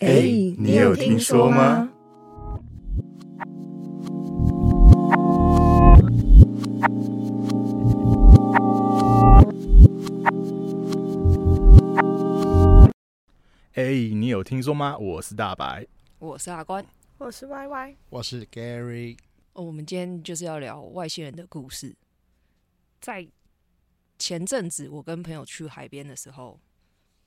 哎，你有听说吗？哎、你有听说吗？我是大白。 我是阿关。我是 Y Y，我是 Gary，哦，我们今天就是要聊外星人的故事。在前阵子，我跟朋友去海边的时候，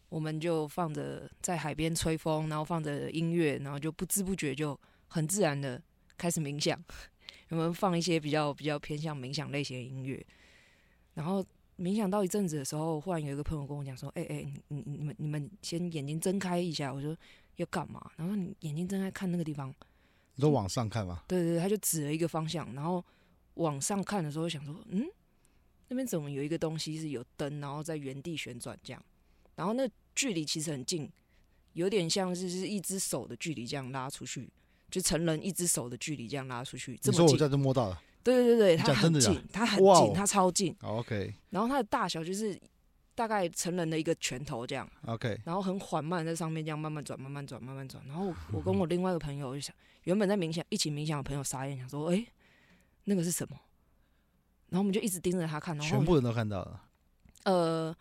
我们就放着在海边吹风，然后放着音乐，然后就不知不觉就很自然的开始冥想。 我们放一些比较比较偏向冥想类型的音乐，然后冥想到一阵子的时候，忽然有一个朋友跟我讲说：“哎、哎、你你你们你们先眼睛睁开一下。”我说：“要干嘛？”然后你眼睛睁开看那个地方。你说往上看吗？对对，对他就指了一个方向，然后往上看的时候想说，嗯，那边怎么有一个东西是有灯，然后在原地旋转这样，然后那距离其实很近，有点像是是一只手的距离这样拉出去，就成人一只手的距离这样拉出去，这你么说我近。在这摸到了对对对对，你它讲真很的假近的，它很哇近，哦它超近， ，OK 然后它的大小就是大概成人的一个拳头这样。 OK，然后很缓慢地在上面这样慢慢转、慢慢转、慢慢转。然后我我跟我另外一个朋友就想，原本在冥想一起冥想的朋友傻眼，想说：“哎、那个是什么？”然后我们就一直盯着他看，然后全部人都看到了，呃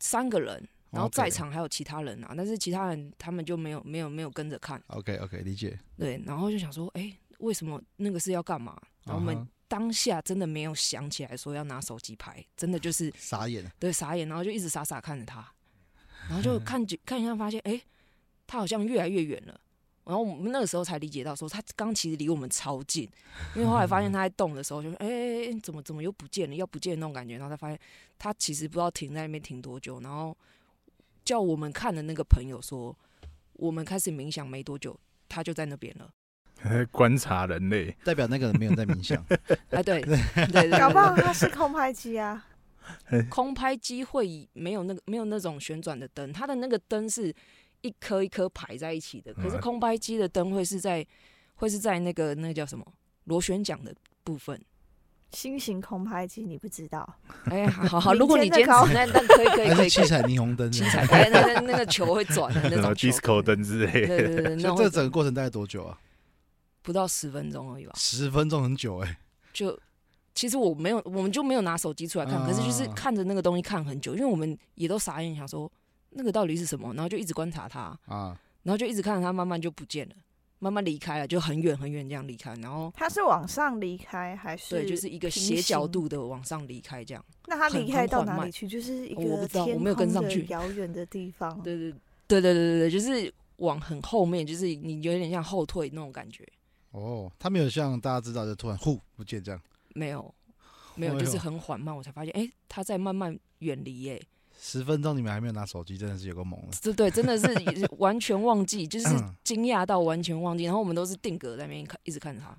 三个人，然后 OK 在场还有其他人啊但是其他人他们就没有没有没有跟着看， OK OK，理解，对，然后就想说：“哎、为什么那个是要干嘛？”然后我啊哈们当下真的没有想起来说要拿手机拍，真的就是傻眼了，对，傻眼，然后就一直傻傻看着他，然后就看几看一下，发现哎、诶他好像越来越远了。然后我们那个时候才理解到说，他刚其实离我们超近，因为后来发现他在动的时候就，哎哎哎，怎么怎么又不见了，要不见那种感觉，然后才发现他其实不知道停在那边停多久，然后叫我们看的那个朋友说，我们开始冥想没多久，他就在那边了。在观察人类， 代表那个人没有在冥想，哎、对对对对，搞不好它是空拍机啊。空拍机会没有那个没有那种旋转的灯，它的那个灯是一颗一颗排在一起的，嗯可是空拍机的灯会是在会是在那个那个叫什么螺旋桨的部分。新型空拍机你不知道，哎，好好好，民间的如果你坚持，高那那可以可以还可是以七可以，彩霓虹灯这七样？ 彩，哎，那那那个球会转的那 什么种球呃 disco 灯之类对的。对 对对，所那以这种整个过程大概多久啊？不到十分钟而已吧，十分钟很久哎、就。其实我没有，我们就没有拿手机出来看，啊可是就是看着那个东西看很久，因为我们也都傻眼，想说那个到底是什么，然后就一直观察它，啊，然后就一直看着它慢慢就不见了，慢慢离开了，就很远很远这样离开，然后它是往上离开还是？对，就是一个平斜角行度的往上离开这样。那它很离开到很缓哪慢里去？就是一哦我不个知道天我没有跟空上的去遥远的地方。对对对对对对对，就是往很后面，就是你有点像后退那种感觉。哦，他没有像大家知道就突然呼不见这样，没有，没有，哎呦就是很缓慢，我才发现，哎，它在慢慢远离，耶，十分钟你们还没有拿手机，真的是有个猛了。这对，真的是完全忘记，就是嗯惊讶到完全忘记，然后我们都是定格在那边看，一直看着它。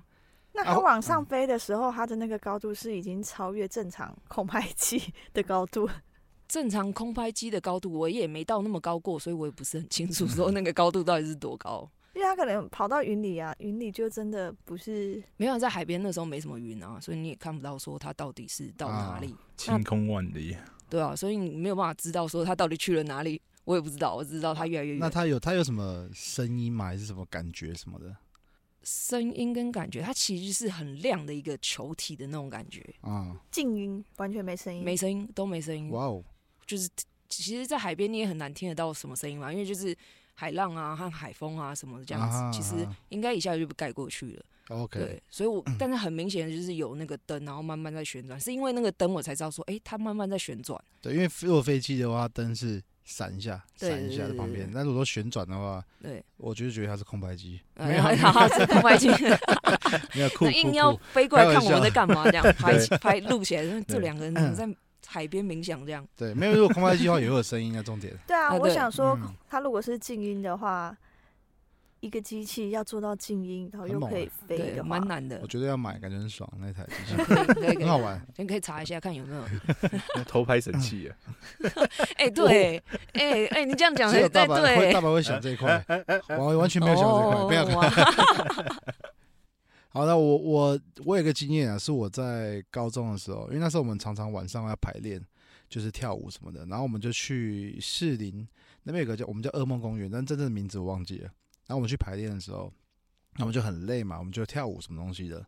那啊它我往上飞的时候，它的那个高度是已经超越正常空拍机的高度。 正常空拍机的高度我也没到那么高过，所以我也不是很清楚说那个高度到底是多高。因为它可能跑到云里啊，云里就真的不是没有在海边那时候没什么云啊，所以你也看不到说它到底是到啊哪里，晴空万 里，对啊，所以你没有办法知道说它到底去了哪里，我也不知道，我只知道它越来越那远。他有他有什么声音吗？还是什么感觉什么的声音跟感觉，它其实是很亮的一个球体的那种感觉，啊？静音，完全没声音。没声音都没声音，哇哦，就是其实，在海边你也很难听得到什么声音嘛，因为就是海浪啊和海风啊什么的这样子，啊其实应该一下就被盖过去了。 OK，对，所 以我但是很明显的就是有那个灯，然后慢慢在旋转，是因为那个灯我才知道说，哎、它慢慢在旋转。对，因为如果飞机的话，灯是闪一下，对闪一下在旁边。但如果说旋转的话，对，我就是觉得它是空白机，啊哎呀，好，是空 白机。 没有酷酷那硬要酷。飞过来看开我玩笑们在干嘛，这样拍对拍录起来， 那这对两个人怎嗯么在海边冥想这样，对，没有如果空白机的话，也会有声音啊。重点，对啊，啊我对想说嗯，它如果是静音的话，一个机器要做到静音，然后很又猛可以欸飞啊对，的话蛮，难的 我。觉得要买，感觉很爽那台机 器，可以可以可很好以，玩。你可以查一下看有 没有。偷拍神器啊！哎，对，哎哎，你这样讲只有大对白会， 对大，白会想这一块，我完全没有想这一块，哦没有。哇好，那我我我有一个经验啊，是我在高中的时候，因为那时候我们常常晚上要排练，就是跳舞什么的，然后我们就去士林那边有个叫我们叫噩梦公园，但真正的名字我忘记了。然后我们去排练的时候，那我们就很累嘛，我们就跳舞什么东西的。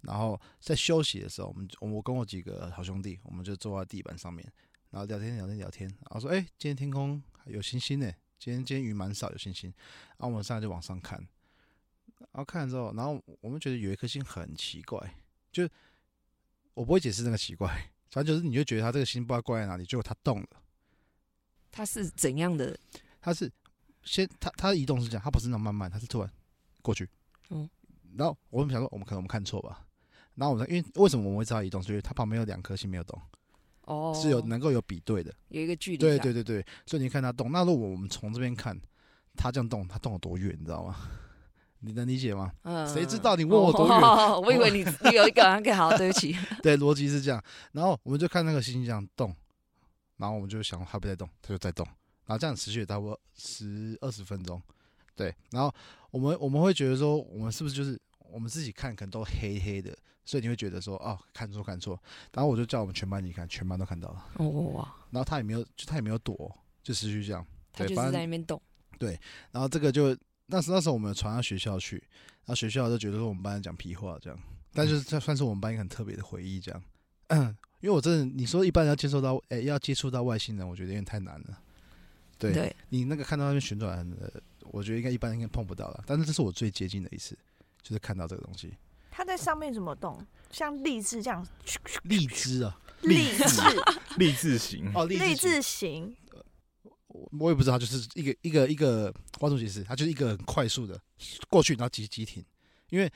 然后在休息的时候，我们就我跟我几个好兄弟，我们就坐在地板上面，然后聊天聊天聊天，然后说：“哎、今天天空有星星呢、今天今天云蛮少，有星星。”然后我们上来就往上看，然后看了之后，然后我们觉得有一颗星很奇怪，就我不会解释那个奇怪，反正就是你就觉得它这个星不知道怪在哪里，结果它动了。它是怎样的？它是先它它的移动是这样，它不是那种慢慢，它是突然过去。嗯，然后我们想说，我们可能我们看错吧。然后我们因为为什么我们会知道移动，就是因为它旁边有两颗星没有动，哦，是有能够有比对的。有一个距离啊对感，对对对，所以你看它动。那如果我们从这边看，它这样动，它动了多远，你知道吗？ 你能理解吗？嗯，谁知道你问我多远哦 我以为你你有一个 OK，好，对不起， 对，逻辑是这样。然后我们就看那个星星这样动，然后我们就想它不在动，它就在动，然后这样持续了差不多十二十分钟。对，然后我们我们会觉得说，我们是不是就是我们自己看可能都黑黑的，所以你会觉得说，哦，看错看错。然后我就叫我们全班你看，全班都看到了，哦哇，然后他也没有，就他也没有躲，就持续这样。他对就反正是在那边动，然后这个就那时那时候我们有传到学校去，然后学校就觉得说我们班讲屁话这样，但就是这算是我们班一个很特别的回忆这样。 因为我真的你说一般人要接受到诶、要接触到外星人，我觉得有点太难了。对对，你那个看到那边旋转的，我觉得应该一般人应该碰不到了。但是这是我最接近的一次，就是看到这个东西，它在上面怎么动？像励志这样，荔枝啊，励志嗯励志型，哦，荔励枝，志型，我我也不知道，就是一个一个一个花束骑士，它就是一个很快速的过去，然后急急停，因为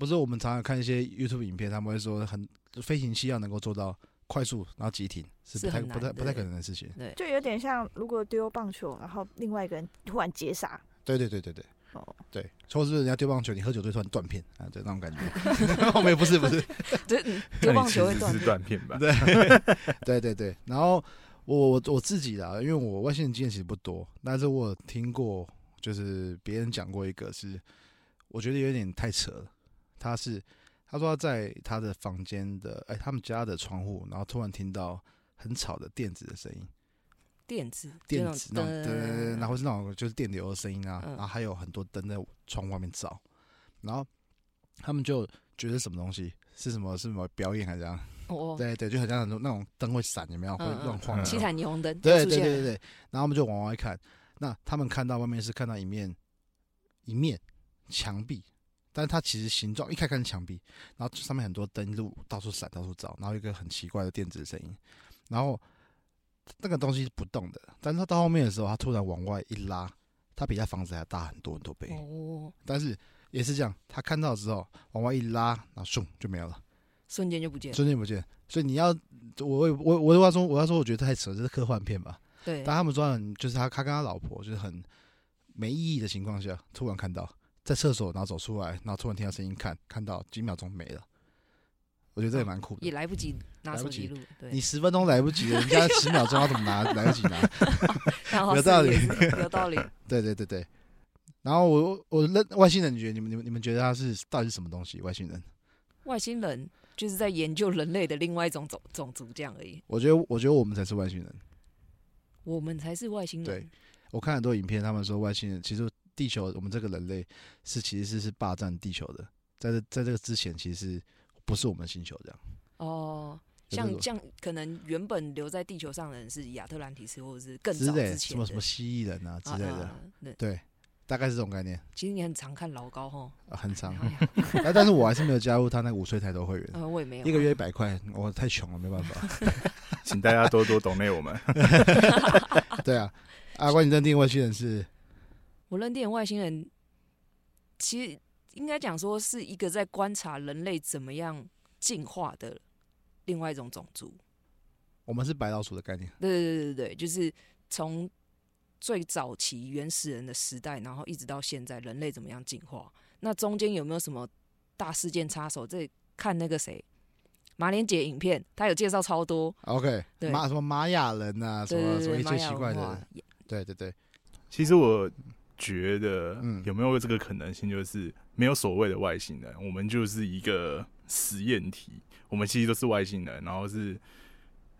不是我们常常看一些 YouTube 影片，他们会说很飞行器要能够做到快速然后急停是不是太很不难太不太的可能的事情。对，就有点像如果丢棒球，然后另外一个人突然截杀，对对对对对。哦对，或者是人家丢棒球，你喝酒就会突然断片啊，对那种感觉。 我们也不是不是，对，嗯丢棒球会那 你其断实是断片 吧？对对对。然后我我我自己啦，因为我外星人经验其实不多，但是我有听过，就是别人讲过一个是，我觉得有点太扯了。他是他说他在他的房间的哎、他们家的窗户，然后突然听到很吵的电子的声音，电子，就电那子种那种对对对，噔然后是那种就是电流的声音啊，嗯然后还有很多灯在窗外面照，然后他们就觉得什么东西是什么是什么表演还是怎样？哦，对对，就很像很多那种灯会闪，有没有？会嗯嗯乱晃的那种。七彩霓虹灯对出对对现对了，对，然后我们就往外看，那他们看到外面是看到一面一面墙壁，但是它其实形状一开看是墙壁，然后上面很多灯路到处闪到处照，然后一个很奇怪的电子的声音，然后那个东西是不动的，但是它到后面的时候，它突然往外一拉，它比它房子还大很多很多倍，哦，但是也是这样，他看到之后往外一拉，然后咻就没有了。瞬间就不见了，瞬间不见。所以你要，我我我我要说，我要说，我觉得太扯，这是科幻片吧？对， 但他们说很，就是他他跟他老婆就是很没意义的情况下，突然看到在厕所，然后走出来，然后突然听到声音看，看到几秒钟没了。我觉得这也蛮酷哦也的。来不及拿来不手及机录，对你，十分钟来不及了，人家十秒钟要怎么拿来得及拿？然后有道理是 也是有道理，对对对对。然后我我认外星人，你觉得你们你们你们觉得他是到底是什么东西？外星人？外星人就是在研究人类的另外一种种种族这样而已，我觉得我觉得我们才是外星人。我们才是外星对人，我看很多影片，他们说外星人其实地球我们这个人类是其实是是霸占地球的，在这在这个之前其实不是我们星球这样。哦。有这像种像可能原本留在地球上的人是亚特兰蒂斯，或者是更之早类之什前么的什么蜥蜴人啊之啊类的，啊对，对，大概是这种概念，其实你很常看老高哈，啊、很长。哎呀但但是我还是没有加入他那个五岁抬头会员，呃，我也没 有一个啊月一百块，我太穷了，没办 法。请大家多多懂内我们。对啊，啊，关于认定外星人是我认定外星人，其实应该讲说是一个在观察人类怎么样进化的另外一种种族。我们是白老鼠的概念，对对对对对，就是从最早期原始人的时代，然后一直到现在，人类怎么样进化？那中间有没有什么大事件插手？这看那个谁马莲姐影片，她有介绍超多。 OK，对玛什么玛雅人啊，什对么对什么对，一玛些雅奇怪文化的，，对对对，其实我觉得嗯有没有这个可能性，就是没有所谓的外星人，我们就是一个实验体，我们其实都是外星人，然后是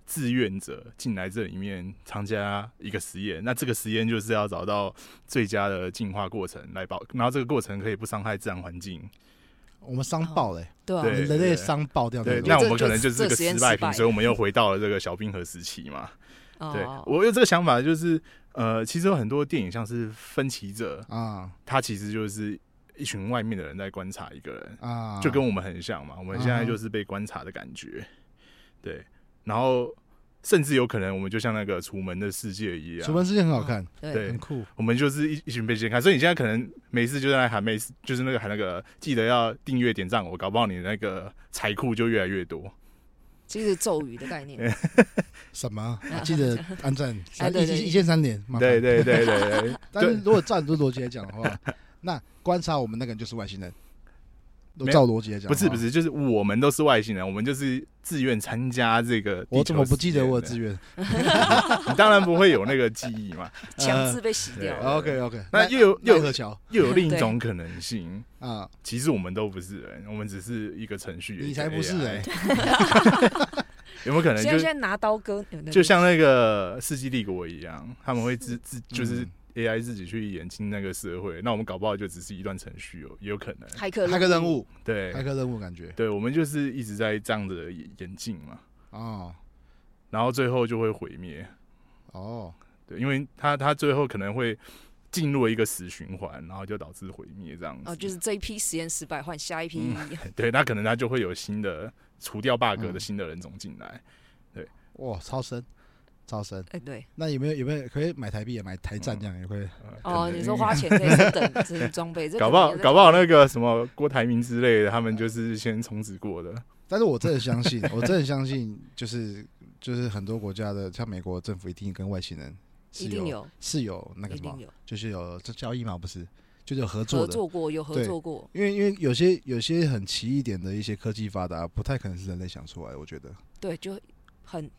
志愿者进来这里面参加一个实验。那这个实验就是要找到最佳的进化过程来保，然后这个过程可以不伤害自然环境。我们伤爆嘞、欸对啊，对人类伤爆掉对，那那种。我们可能就是这个实验失败失败品，所以我们又回到了这个小冰河时期嘛。哦对我有这个想法，就是呃，其实有很多电影像是《分歧者》，啊它其实就是一群外面的人在观察一个人，啊，嗯就跟我们很像嘛。我们现在就是被观察的感觉，对。然后甚至有可能我们就像那个《楚门的世界》一《样，楚门世界》很好看，嗯对很酷。我们就是一一群被监看，所以你现在可能没事就在那喊没事，就是那个喊那个，记得要订阅点赞我，搞不好你的那个财库就越来越多。其实咒语的概念，什 么？啊记得按赞三哎一对对一一键三连。麻烦对。对对对对，但是如果照你这逻辑来讲的 话，那观察我们那个人就是外星人。如果没照有逻辑来讲，不是不，是，就是我们都是外星人，我们就是自愿参加这个。我怎么不记得我的志愿？愿你当然不会有那个记忆 嘛。强制被洗掉对了。 ？OK OK，那又有呃又奈有何桥又有另一种可能性，啊，其实我们都不是人，我们只是一个程序员。你才不是哎 AI，有没有可能现在现就在拿刀割，呃就像那个《世纪帝国》一样，他们会自自就是嗯 AI 自己去演进那个社会？那我们搞不好就只是一段程序哦，也有可能。骇客骇客任，务，对骇客任务感觉对，我们就是一直在这样的演进嘛，哦然后最后就会毁灭。哦，对，因为他他最后可能会进入一个死循环，然后就导致毁灭这样子。哦，就是这一批实验失败，换下一批。对，那可能他就会有新的除掉 bug 嗯的新的人种进来。哇，超深，超深。哎，对，那有没有有没有可以买台币啊，买台站这样也可以？呃哦，可能你说花钱可以升等这些装备，这搞不好可能也是搞不好那个什么郭台铭之类的，他们就是先充值过的。但是我真的相信， 我真的相信，就是就是很多国家的，像美国政府一定跟外星人是一定有，是有那个一什定么，有就是有这交易嘛，不是，就是有合作合的。作过，有合对作过，因为因为有些有些很奇异点的一些科技发达，不太可能是人类想出来的，我觉得。对，就很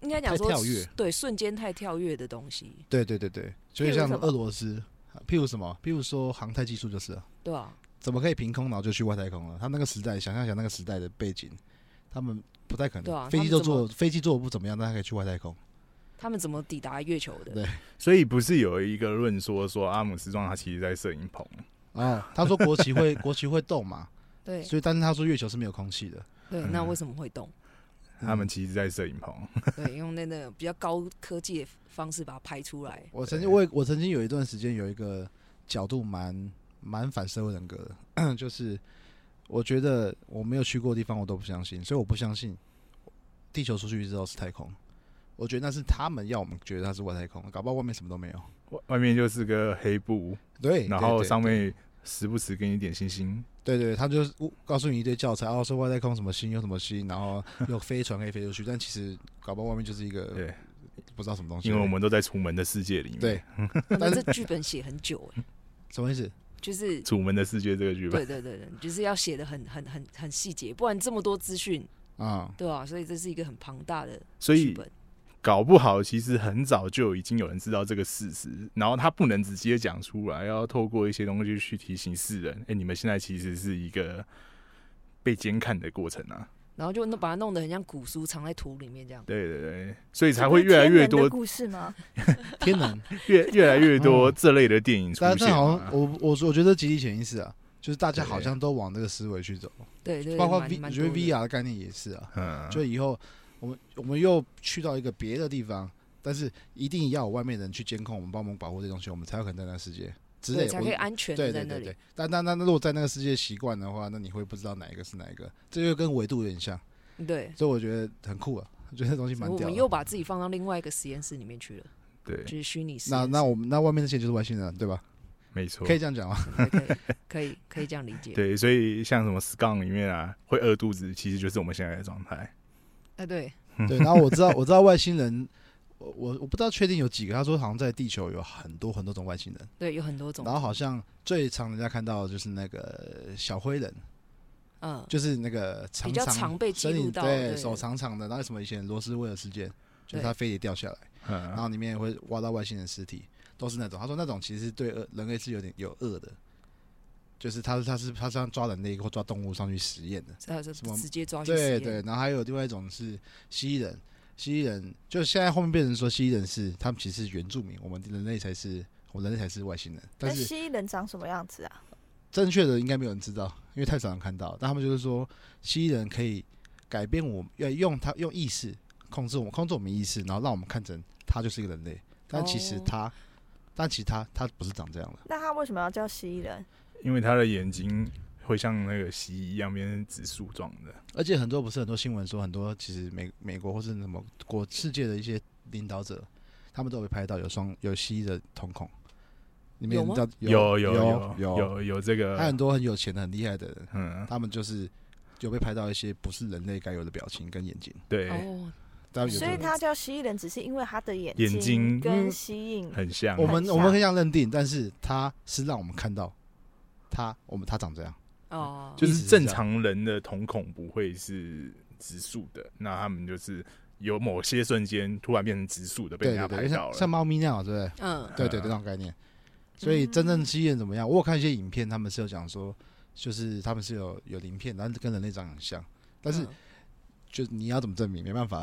应该讲太说跳跃，对，瞬间太跳跃的东西，对对对对，所以譬如像什么俄罗斯，啊譬如什么，譬如说航太技术就是、啊，对啊，怎么可以凭空然后就去外太空了？他那个时代，想象一下那个时代的背景，他们不太可对能。啊飞机他都们怎么做，飞机做的不怎么样，但他可以去外太空。他们怎么抵达月球的？对所以不是有一个论说啊说阿姆斯壮他其实在摄影棚， 哦，他说国旗会国旗会动嘛，对所以但是他说月球是没有空气的。对，那为什么会动？他们其实在摄影棚。对，用那个比较高科技的方式把它拍出 来。我曾经我也我曾经有一段时间有一个角度蛮蛮反社会人格的， 就是我觉得我没有去过的地方我都不相信，所以我不相信地球出去之后是太空。我觉得那是他们要我们觉得它是外太空，搞不好外面什么都没有。外外面就是个黑布，对，然后上面时不时给你点星星。对对，对他就是告诉你一堆教材，哦，说外太空什么星有什么星，然后有飞船可以飞出去，但其实搞不好外面就是一个对，不知道什么东西。因为我们都在出门的世界里面。对，他但们是这剧本写很久 哎、什么意思？就是楚门的世界这个剧本对对对对，就是要写的很很很很细节，不然这么多资讯，啊、对吧、所以这是一个很庞大的所以剧本。搞不好其实很早就已经有人知道这个事实，然后他不能直接讲出来，要透过一些东西去提醒世人，哎、你们现在其实是一个被监看的过程啊。然后就弄把它弄得很像古书藏在土里面这样。对对对，所以这才不会是越来天越人的多、故事吗？天能。越越来越多这类的电影出嗯但现但好啊、像我我我觉得集体潜意识啊，就是大家对好像都往这个思维去走，对对，包括蛮 V，我蛮觉得多的 VR 的概念也是啊，嗯，就以后我们我们又去到一个别的地方，但是一定要有外面的人去监控我们，帮我们保护这东西，我们才有可能在那个世界之类对的。才我可以安全对的在对那对里对。，但但但如果在那个世界习惯的话，那你会不知道哪一个是哪一个，这就跟维度有点像，对，所以我觉得很酷啊，我觉得这东西蛮我屌们又的。把自己放到另外一个实验室里面去了，对就， 是虚拟实验那室。那我们那外面那些就是外星人，对吧？没错可。以这样讲吗？对可以 可以可以这样理解。对，所以像什么 Scon 里面啊，会饿肚子，其实就是我们现在的状态。哎，对，对，然后我知道，我知道外星人，我我我不知道确定有几个。他说好像在地球有很多很多种外星人，对，有很多种然。后好像最常人家看到的就是那个小灰人，嗯，就是那个长比较长常被记身录体到对对手长长的，然后什么以前罗斯威尔事件，就是对他飞碟掉下来，然嗯，后里面会挖到外星人尸体，都是那种。他说那种其实对恶人类是有点有恶的。就是他，他是他是像抓人类或抓动物上去实验的，这还是什么直接抓去实对验。对。然后还有另外一种是蜥蜴人，蜥蜴人就现在后面变成说蜥蜴人是他们其实是原住民，我们人类才是我们人类才是外星人，但那是蜥蜴人长什么样子啊？正确的应该没有人知道，因为太少人看到。但他们就是说，蜥蜴人可以改变我们，要用他用意识控制我们，控制我们意识，然后让我们看成他就是一个人类，但其实哦他，但其实他他不是长这样的。那他为什么要叫蜥蜴人？因为他的眼睛会像那个蜥蜴一样变成指数状的。而且很多不是很多新闻说，很多其实美美国或是什么国世界的一些领导者，他们都有被拍到有双有蜥蜴的瞳孔。你们有吗知道有有有有，有有这还有个很，多很有钱的、很厉害的人，嗯，他们就是有被拍到一些不是人类该有的表情跟眼睛。对，哦，但有所的以他叫蜥蜴人，只是因为他的眼眼睛跟嗯吸引。很像我。们很我们像可以这样认定，但是他是让我们看到他我们他长这样，哦，就意思是是这正样常人的瞳孔不会是直竖的，那他们就是有某些瞬间突然变成直竖的，被对人对家对，就拍到像像了。猫咪那样，对不对？嗯，对对对，嗯这种概念。所以真正蜥蜴人怎么样？我有看一些影片，他们是有讲说，就是他们是有有鳞片，但是跟人类长得很像，但是嗯就你要怎么证明？没办法，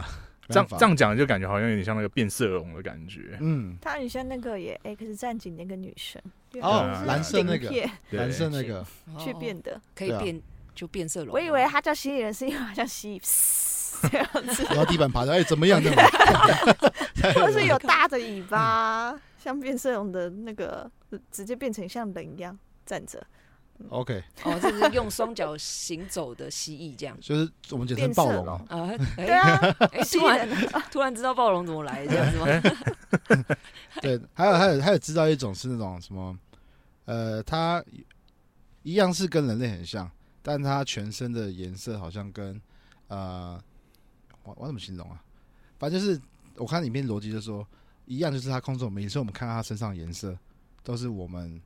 没这样办法这样讲就感觉好像有点像那个变色龙的感觉，嗯，他很像那个耶，《X 战警》那个女生，哦，对啊蓝色那鳞个，片对蓝色那个，哦去变的。可以对啊变就变色龙啊，我以为他叫蜥蜴人是因为他像蜥蜴 这样子，然后地板爬着，哎，怎么样？这 样 或是有大哎的嗯尾巴，像变色龙的那个，直接变成像人一样站着， OK，哦，就是用双脚行走的蜥蜴这样。就是我们简称暴龙啊， 啊，对哎啊，哎，蜥突蜴然人啊突然知道暴龙怎么来的，这样子吗？ 对，还有还有还有知道一种是那种什么，呃，它一样是跟人类很像，但它全身的颜色好像跟呃，我我怎么形容啊？反正就是我看里面逻辑就说，一样就是它控制我们颜色，我们看到它身上的颜色都是我们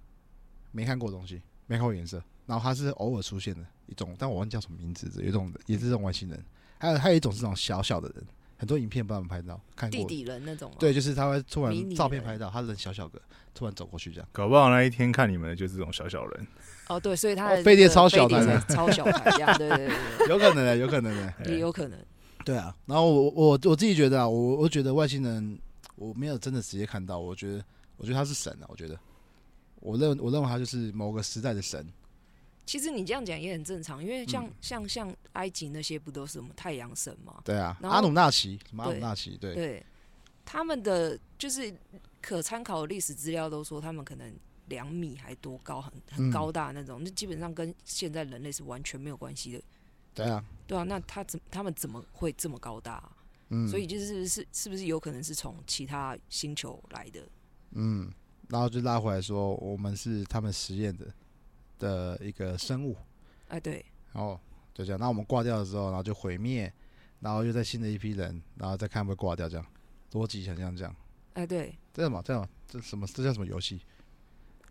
没看过的东西，没看过颜色。然后它是偶尔出现的一种，但我忘记叫什么名字，有一种也是这种外星人，还有还有一种是那种小小的人，很多影片帮我们拍到看过 的。地底人那种吗？对，就是他会突迷然你照片人拍到，他人小小个，突然走过 去这样。搞不好那一天看你们的就是这种小小人。哦，对，所以它哦的那飞碟个超小飞碟台才超小台，这样 对对对有可能的，有可能的。对，也有可能。对啊，然后我我我自己觉得啊，我我觉得外星人我没有真的直接看到，我觉得我觉得他是神啊，我觉得我认我认为他就是某个时代的神。其实你这样讲也很正常，因为像嗯像像埃及那些不都是什么太阳神吗？对啊，然后阿努纳奇什么阿努对纳奇，对对，他们的就是可参考的历史资料都说他们可能两米还多高，很很嗯高大那种，那基本上跟现在人类是完全没有关系的。对啊，对啊，那他怎他们怎么会这么高大啊、嗯，所以就是是是不是有可能是从其他星球来的？嗯，然后就拉回来说，我们是他们实验的的一个生物，哎，对，然后就这样。那我们挂掉的时候，然后就毁灭，然后又再新的一批人，然后再看会不会挂掉，这样逻辑很像这样。哎，对，这叫什么？这叫什么这什么？这叫什么游戏？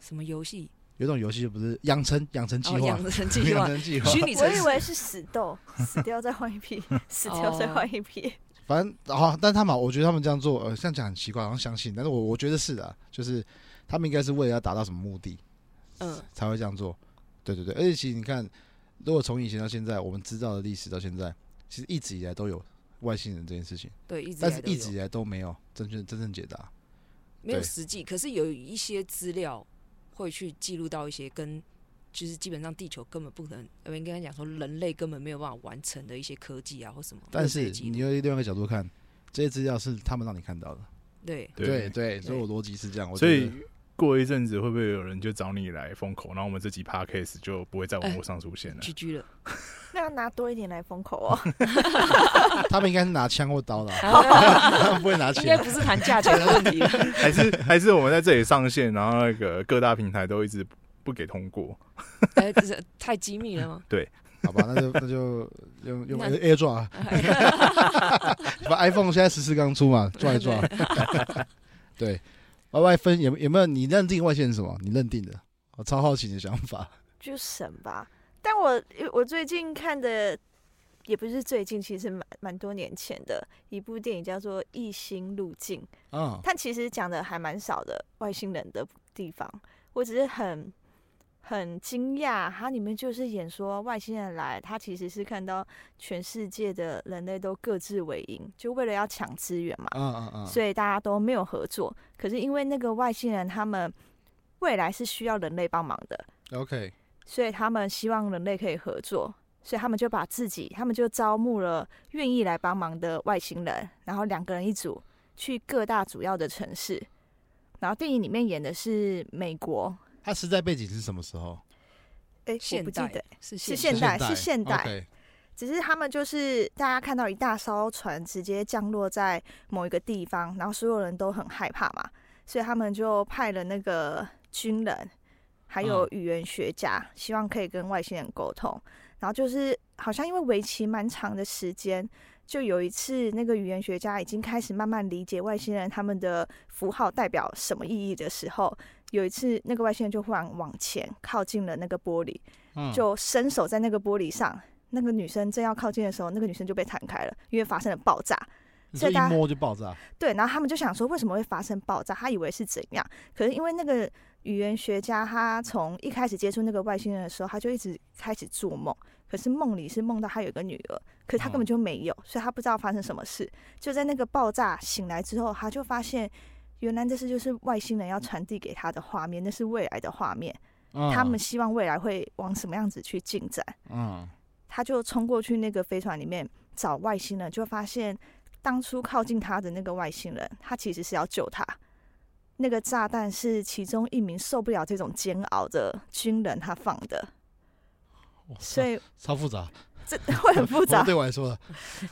什么游戏？有一种游戏就不是养成养成计哦，划养，成计 养划，成计划。 虚拟我 城以市。为是死斗，死掉再换一 批，死掉再换一批。反正好、啊，但他们我觉得他们这样做，呃，这样讲很奇怪，好像相信，但是我我觉得是的啊，就是他们应该是为了要达到什么目的嗯，才会这样做。对对对，而且其实你看，如果从以前到现在，我们知道的历史到现在，其实一直以来都有外星人这件事情，对，一直但以是来啊一都有直以来都没有真正真正解答。没有对实际，可是有一些资料会去记录到一些跟就是基本上地球根本不可能，呃，应该讲说人类根本没有办法完成的一些科技啊或什么。但会是被记录你用另外一个角度看，这些资料是他们让你看到的。对，对对，所以我逻辑是这样。我所觉以得过一阵子会不会有人就找你来封口，然后我们这集 podcast 就不会在网络上出 现了？居 居了，那要拿多一点来封口哦。他们应该是拿枪或刀的啊，他 们不会拿应钱。该啊不是谈价钱的问题了。还是还是我们在这里上线，然后那个各大平台都一直不给通过？ 哎，这是太机密了 吗？好吧，那就 那就用用那 Air Air 抓，啊 把 iPhone 现在十四刚出 嘛，抓一抓。对，Y Y 分有有没有你认定外线是什么？你认定的？我超好奇你的想法。 就神吧。但我我最近看的也不是最近，其实蛮蛮多年前的一部电影叫做《异星路径》，嗯，它其实讲的还蛮少的外星人的地方。我只是很很惊讶，它里面就是演说外星人来，他其实是看到全世界的人类都各自为营，就为了要抢资源嘛，嗯嗯嗯，所以大家都没有合作。可是因为那个外星人他们未来是需要人类帮忙的，以 OK，所以他们希望人类可以合作，所以他们就把自己，他们就招募了愿意来帮忙的外星人，然后两个人一组去各大主要的城市。然后电影里面演的是美国，它时代背景是什么时候？哎、我现不记代得，是是现现代，是现代。 OK，只是他们就是大家看到一大艘船直接降落在某一个地方，然后所有人都很害怕嘛，所以他们就派了那个军人，还有嗯语言学家，希望可以跟外星人沟通。然后就是好像因为为期蛮长的时间，就有一次那个语言学家已经开始慢慢理解外星人他们的符号代表什么意义的时候，有一次那个外星人就忽然往前靠近了那个玻璃，嗯就伸手在那个玻璃上。那个女生正要靠近的时候，那个女生就被弹开了，因为发生了爆炸。你所说以一大家摸就爆炸，对，然后他们就想说为什么会发生爆炸，他以为是怎样，可是因为那个语言学家他从一开始接触那个外星人的时候，他就一直开始做梦，可是梦里是梦到他有一个女儿，可是他根哦本就没有，所以他不知道发生什么事。就在那个爆炸醒来之后，他就发现原来这是就是外星人要传递给他的画面，那是未来的画面，嗯他们希望未来会往什么样子去进展。嗯他就冲过去那个飞船里面找外星人，就发现当初靠近他的那个外星人，他其实是要救他。那个炸弹是其中一名受不了这种煎熬的军人他放的，哇所以超超复杂，这会 很复杂对。我来说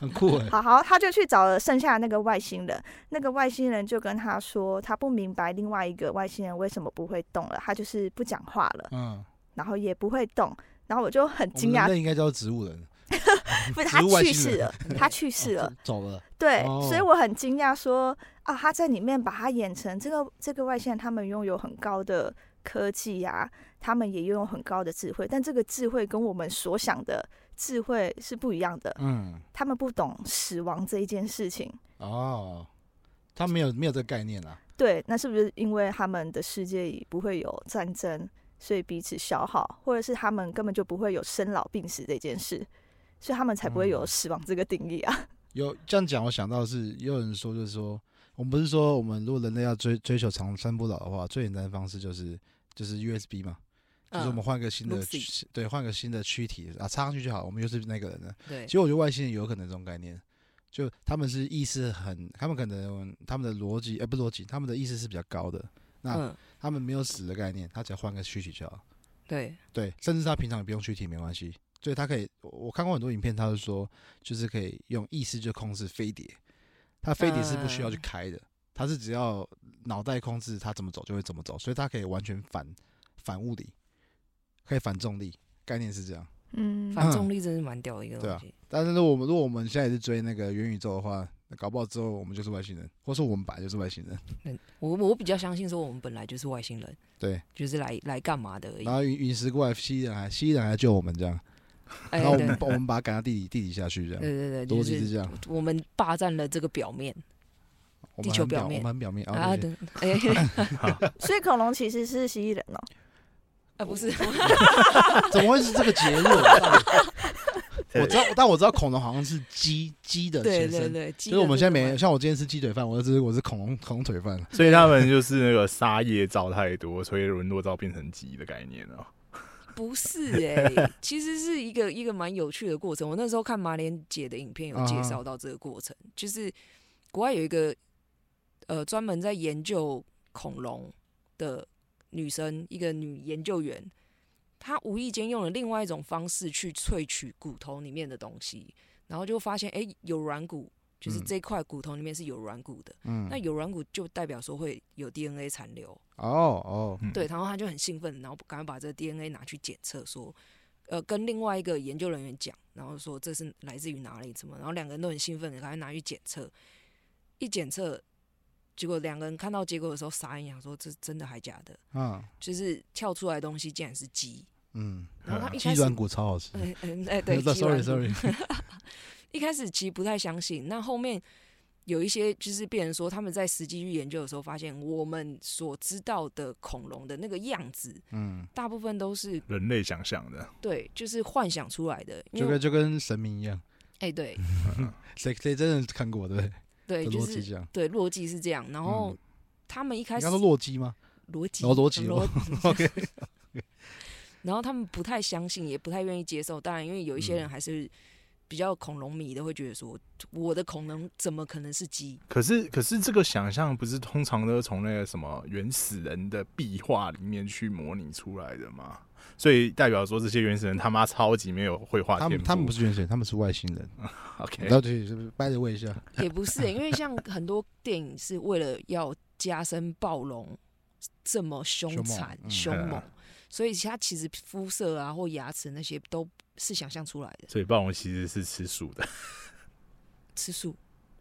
很酷哎，好好，他就去找了剩下的那个外星人，那个外星人就跟他说，他不明白另外一个外星人为什么不会动了，他就是不讲话了，嗯，然后也不会动，然后我就很我们惊讶人，类应该叫植物人，不是他植物外去星世人 了，他去世了哦，走了，对，哦所以我很惊讶说啊，他在里面把它演成这个这个外星人，他们拥有很高的科技啊，他们也拥有很高的智慧，但这个智慧跟我们所想的智慧是不一样的。嗯，他们不懂死亡这一件事情，哦，他没有没有这个概念啦，对，那是不是因为他们的世界里不会有战争，所以彼此消耗，或者是他们根本就不会有生老病死这件事，所以他们才不会有嗯死亡这个定义啊？有这样讲，我想到的是，也有人说，就是说，我们不是说，我们如果人类要追追求长生不老的话，最简单的方式就是就是 USB 嘛，就是我们嗯，换个新的 Lucy 躯对，换个新的躯体啊，插上去就好，我们又是那个人了。对其，实我觉得外星人有可能这种概念，就他们是意识很，他们可能他们的逻辑，哎、不是逻辑，他们的意识是比较高的，那嗯，他们没有死的概念，他只要换个躯体就好。对，对，甚至他平常也不用躯体没关系，所以他可以，我我看过很多影片，他是说就是可以用意识就控制飞碟，他飞碟是不需要去嗯开的，他是只要脑袋控制他怎么走就会怎么走，所以他可以完全反反物理，可以反重力，概念是这样。嗯反重力真是蛮屌的一个对啊东西。但是如果我们如果我们现在也是追那个元宇宙的话，那搞不好之后我们就是外星人，或是我们本来就是外星人。嗯我我比较相信说我们本来就是外星人，对，就是来来干嘛的而已然。后陨陨石过来，蜥蜴人还蜥蜴人还救我们这样，哎然后我对们把我们把它赶到地底地底下去这对样，对对，逻就辑是是这样。我们霸占了这个表面我们地球很表我面们很表面啊啊，对对，哎 所以恐龙其实是蜥蜴人哦。啊 不是，怎么会是这个结论？ 我知道，但我知道恐龙好像是鸡鸡的对前对身，对，就就是我们现在没像我今天是鸡腿饭，我是我是恐龙恐龙腿饭。所以他们就是那个沙叶造太多，所以沦落到变成鸡的概念哦。不是哎、其实是一个一个蛮有趣的过程。我那时候看马莲姐的影片有介绍到这个过程，就是国外有一个呃专门在研究恐龙的女生，一个女研究员，她无意间用了另外一种方式去萃取骨头里面的东西，然后就发现哎、诶有软骨，就是嗯这块骨头里面是有软骨的，嗯那，有软骨就代表说会有 DNA 残留。哦哦，嗯对，，然后他就很兴奋，然后赶快把这个 DNA 拿去检测，说，呃，跟另外一个研究人员讲，然后说这是来自于哪里，怎么，然后两个人都很兴奋，赶快拿去检测，一检测，结果两个人看到结果的时候傻眼，想说这真的还假的，嗯就是跳出来的东西竟然是鸡，嗯，然后他一鸡开始，软骨超好吃。 嗯嗯哎 对，sorry 鸡软骨 sorry，一开始其实不太相信，那后面有一些就是变成说，他们在实际去研究的时候，发现我们所知道的恐龙的那个样子，嗯，大部分都是人类想象的，对，就是幻想出来的。 因就为跟就跟神明一样，哎、对 谁谁真的看过对不对？对，跟就洛基是这样，对洛基是这样。然后嗯他们一开你始刚说洛基吗？逻辑，哦逻辑逻 OK 然后他们不太相信，也不太愿意接受。当然，因为有一些嗯人还是比较恐龙迷的，会觉得说，我的恐龙怎么可能是鸡？可是，可是这个想象不是通常都是从那个什么原始人的壁画里面去模拟出来的吗？所以代表说这些原始人他妈超级没有绘画他天们赋。他们不是原始人，他们是外星人。 OK，然后对，是不是掰着问一下？ 也不是、欸因为像很多电影是为了要加深暴龙这么凶残凶猛、嗯凶嗯猛，所以它其实肤色啊或牙齿那些都是想象出来的。所以暴龙其实是吃素的 吃素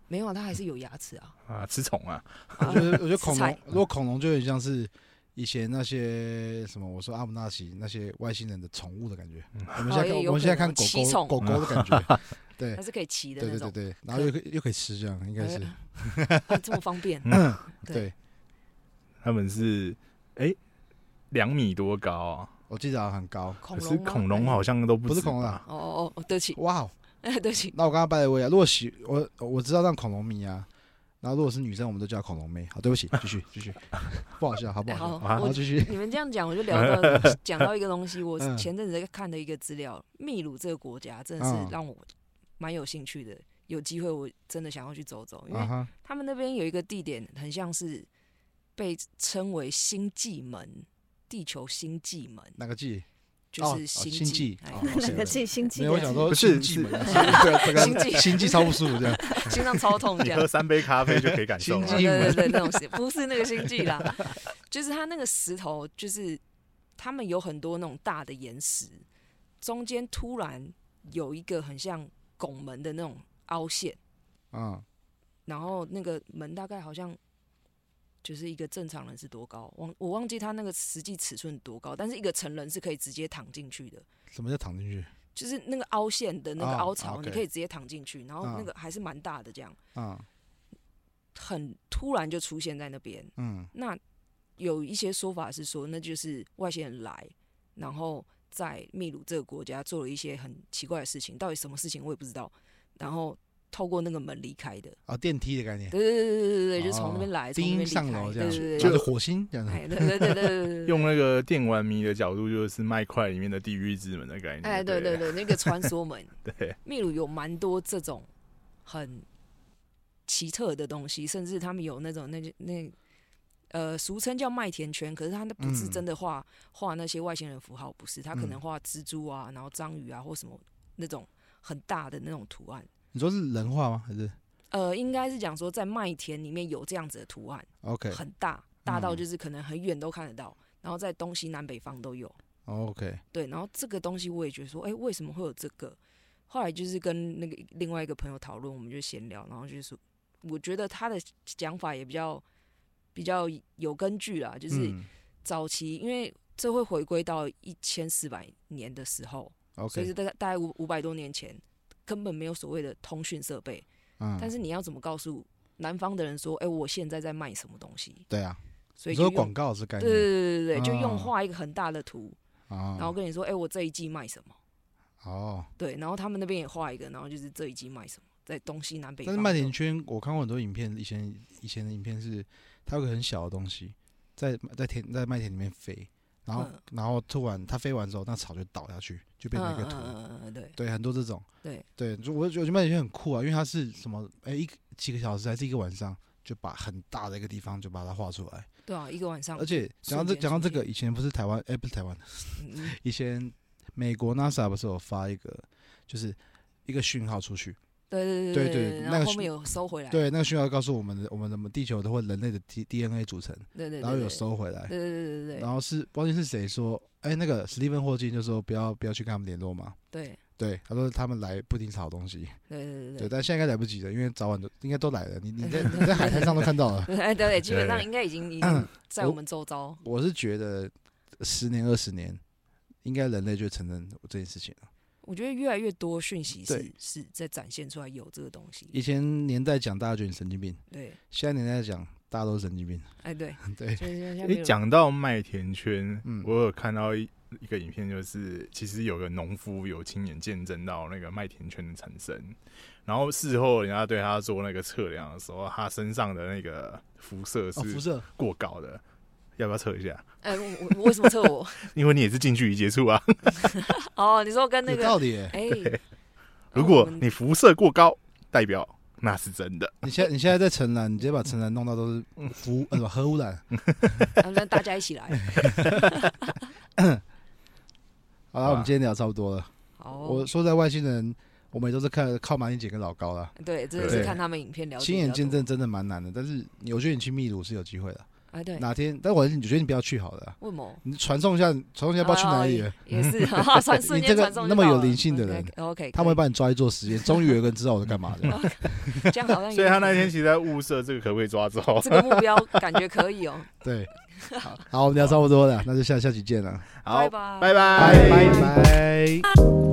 没有啊，它还是有牙齿啊。啊，吃虫啊， 我觉得，我觉得恐吃龙菜，如果恐龙就有点像是以前那些什么，我说阿姆纳奇那些外星人的宠物的感觉。我们现在哦看也有我们现在可能看狗奇狗宠狗狗的感 觉，对它是可以骑的哎对对对那种，对，然后又可以又可以吃这样，应该是嗯哎 这么方便。对对。他们是哎两、米多高啊，我记得好像很高，恐可龙啊是吗恐龙好像都不不是止恐龙吧啊，哦哦哦，对不起， 哇哦！对不起，那我刚刚掰了问一啊下，如果喜我我知道让恐龙迷啊，然后如果是女生，我们都叫恐龙妹。好，对不起，继续 继续，不好笑，好不好笑？好好，我继续。你们这样讲，我就聊到讲到一个东西，我嗯前阵子在看的一个资料，秘鲁这个国家真的嗯是让我蛮有兴趣的。有机会我真的想要去走走，因啊为哈，他们那边有一个地点，很像是被称为星际门，地球星际门，哪个季？就哦是哦星星际哎 哦那个自己心机没有，我想的，说不星是际是门啊， 对啊，这个星 际星际超不舒服这 样。心脏超痛这你样喝。三杯咖啡就可以感受啊心了机。哦对对 对，那种是不是那个星际啦？ 就是它那个石头，就是他们有很多那种大的岩石，中间突然有一个很像拱门的那种凹陷，嗯，然后那个门大概好像就是一个正常人是多高，忘我忘记它那个实际尺寸多高，但是一个成人是可以直接躺进去的。什么叫躺进去？就是那个凹陷的那个啊凹槽， ，OK 你可以直接躺进去，然后啊那个还是蛮大的，这样嗯很突然就出现在那边。嗯那有一些说法是说，那就是外星人来，然后在秘鲁这个国家做了一些很奇怪的事情，到底什么事情我也不知道，然后透过那个门离开的。啊，电梯的概念，对对对对对对，就从哦那边来，从那叮边离上楼开，这样，对对对，就是火星这样子。哎，对对对对对对。用那个电玩迷的角度，就是麦块里面的地狱之门的概念。哎，对对对对，那个穿 梭门，对，秘鲁有蛮多这种很奇特的东西，甚至他们有那种那那呃，俗称叫麦田圈，可是他那不是嗯真的画画、那些外星人符号，不是，他可能嗯画蜘蛛啊，然后章鱼啊或什么那种很大的那种图案。你说是人话吗？还是呃，应该是讲说在麦田里面有这样子的图案， OK 很大，大到嗯就是可能很远都看得到，然后在东西南北方都有。 OK？对，然后这个东西我也觉得说，哎、为什么会有这个？后来就是跟那个另外一个朋友讨论，我们就闲聊，然后就是说我觉得他的讲法也比较比较有根据啦，就是嗯早期、因为这会回归到一千四百年的时候，所 OK，以是大概大概五五百多年前，根本没有所谓的通讯设备，嗯，但是你要怎么告诉南方的人说，哎、我现在在卖什么东西？对啊，所你以就说用广告是概对对念对对对，就啊用画一个很大的图，啊然，后跟你说，哎、我这一季卖什么？哦。对，然后他们那边也画一个，然后就是这一季卖什么，在东西南北但方是都。麦田圈，我看过很多影片，以前以前的影片是它有个很小的东西在在田在麦田里面飞，然后、嗯然后突然它飞完之后，那草就倒下去，就变成一个嗯土。嗯嗯嗯嗯，对对，很多这种。对对，就我就我觉得麦田圈很酷啊，因为它是什么？哎、一个几个小时还是一个晚上，就把很大的一个地方就把它画出来。对啊，一个晚上而，且讲到这瞬间讲到这出现个，以前不是台湾，哎、不是台湾，嗯嗯以前美国 NASA 不是有发一个，就是一个讯号出去，对对对对对对，那然个后后是面有收回来，对，那个讯号告诉我们的，我们的地球的或人类的 D DNA 组成，对对对，然后有对，收回来，对对对对对然后是忘记是谁说，哎，那个史蒂芬霍金就说不要不要去跟他们联络嘛，对对，他说他们来不一定炒东西，对对对对，对但现在应该来不及了，因为早晚都应该都来了，你你 在你在海滩上都看到了。对，哎对对，基本上对应该已经 已经在我我们周遭，我是觉得十年二十年，应该人类就承认这件事情了，我觉得越来越多讯息是对是在展现出来有这个东西。以前年代讲大家觉得你神经病，对，现在年代讲大家都是神经病。 哎对，对，所以现在诶，讲到麦田圈，嗯我有看到一一个影片，就是其实有个农夫有亲眼见证到那个麦田圈的产生，然后事后人家对他做那个测量的时候，他身上的那个辐射哦，辐是射过高的，要不要测一下？哎、我我我为什么测我？ 因为你也是近距离接触啊，哦，你说跟那有个道理耶。哎， 哦如果你你辐射过高，代表那是真的。你现在你现在在城南，你直接把城南弄到都是辐呃不核污染。啊那大家一起来， 好了，我们今天聊差不多了。好哦、我说在外星人，我们也都是看靠马英姐跟老高啦，对，真的对是看他们影片了解，亲眼见证，真的蛮难的。但是你我觉得你去秘鲁是有机会的，哎，对，哪天？但我还是我觉得你不要去好了啊，为毛？你传送一下，传送一下不知道去哪里了哦？也也是， 哈哈算瞬你间 这个传送那么有灵性的人，OK，他们会把你抓去做实验。终于有一个人知道我在干嘛的。 这样 好像有，所以他那天其实在物色这个可不可以抓走。这个目标感觉 可以哦，对，好，好，我们聊差不多了，那就下下期见了，好，拜拜拜拜拜。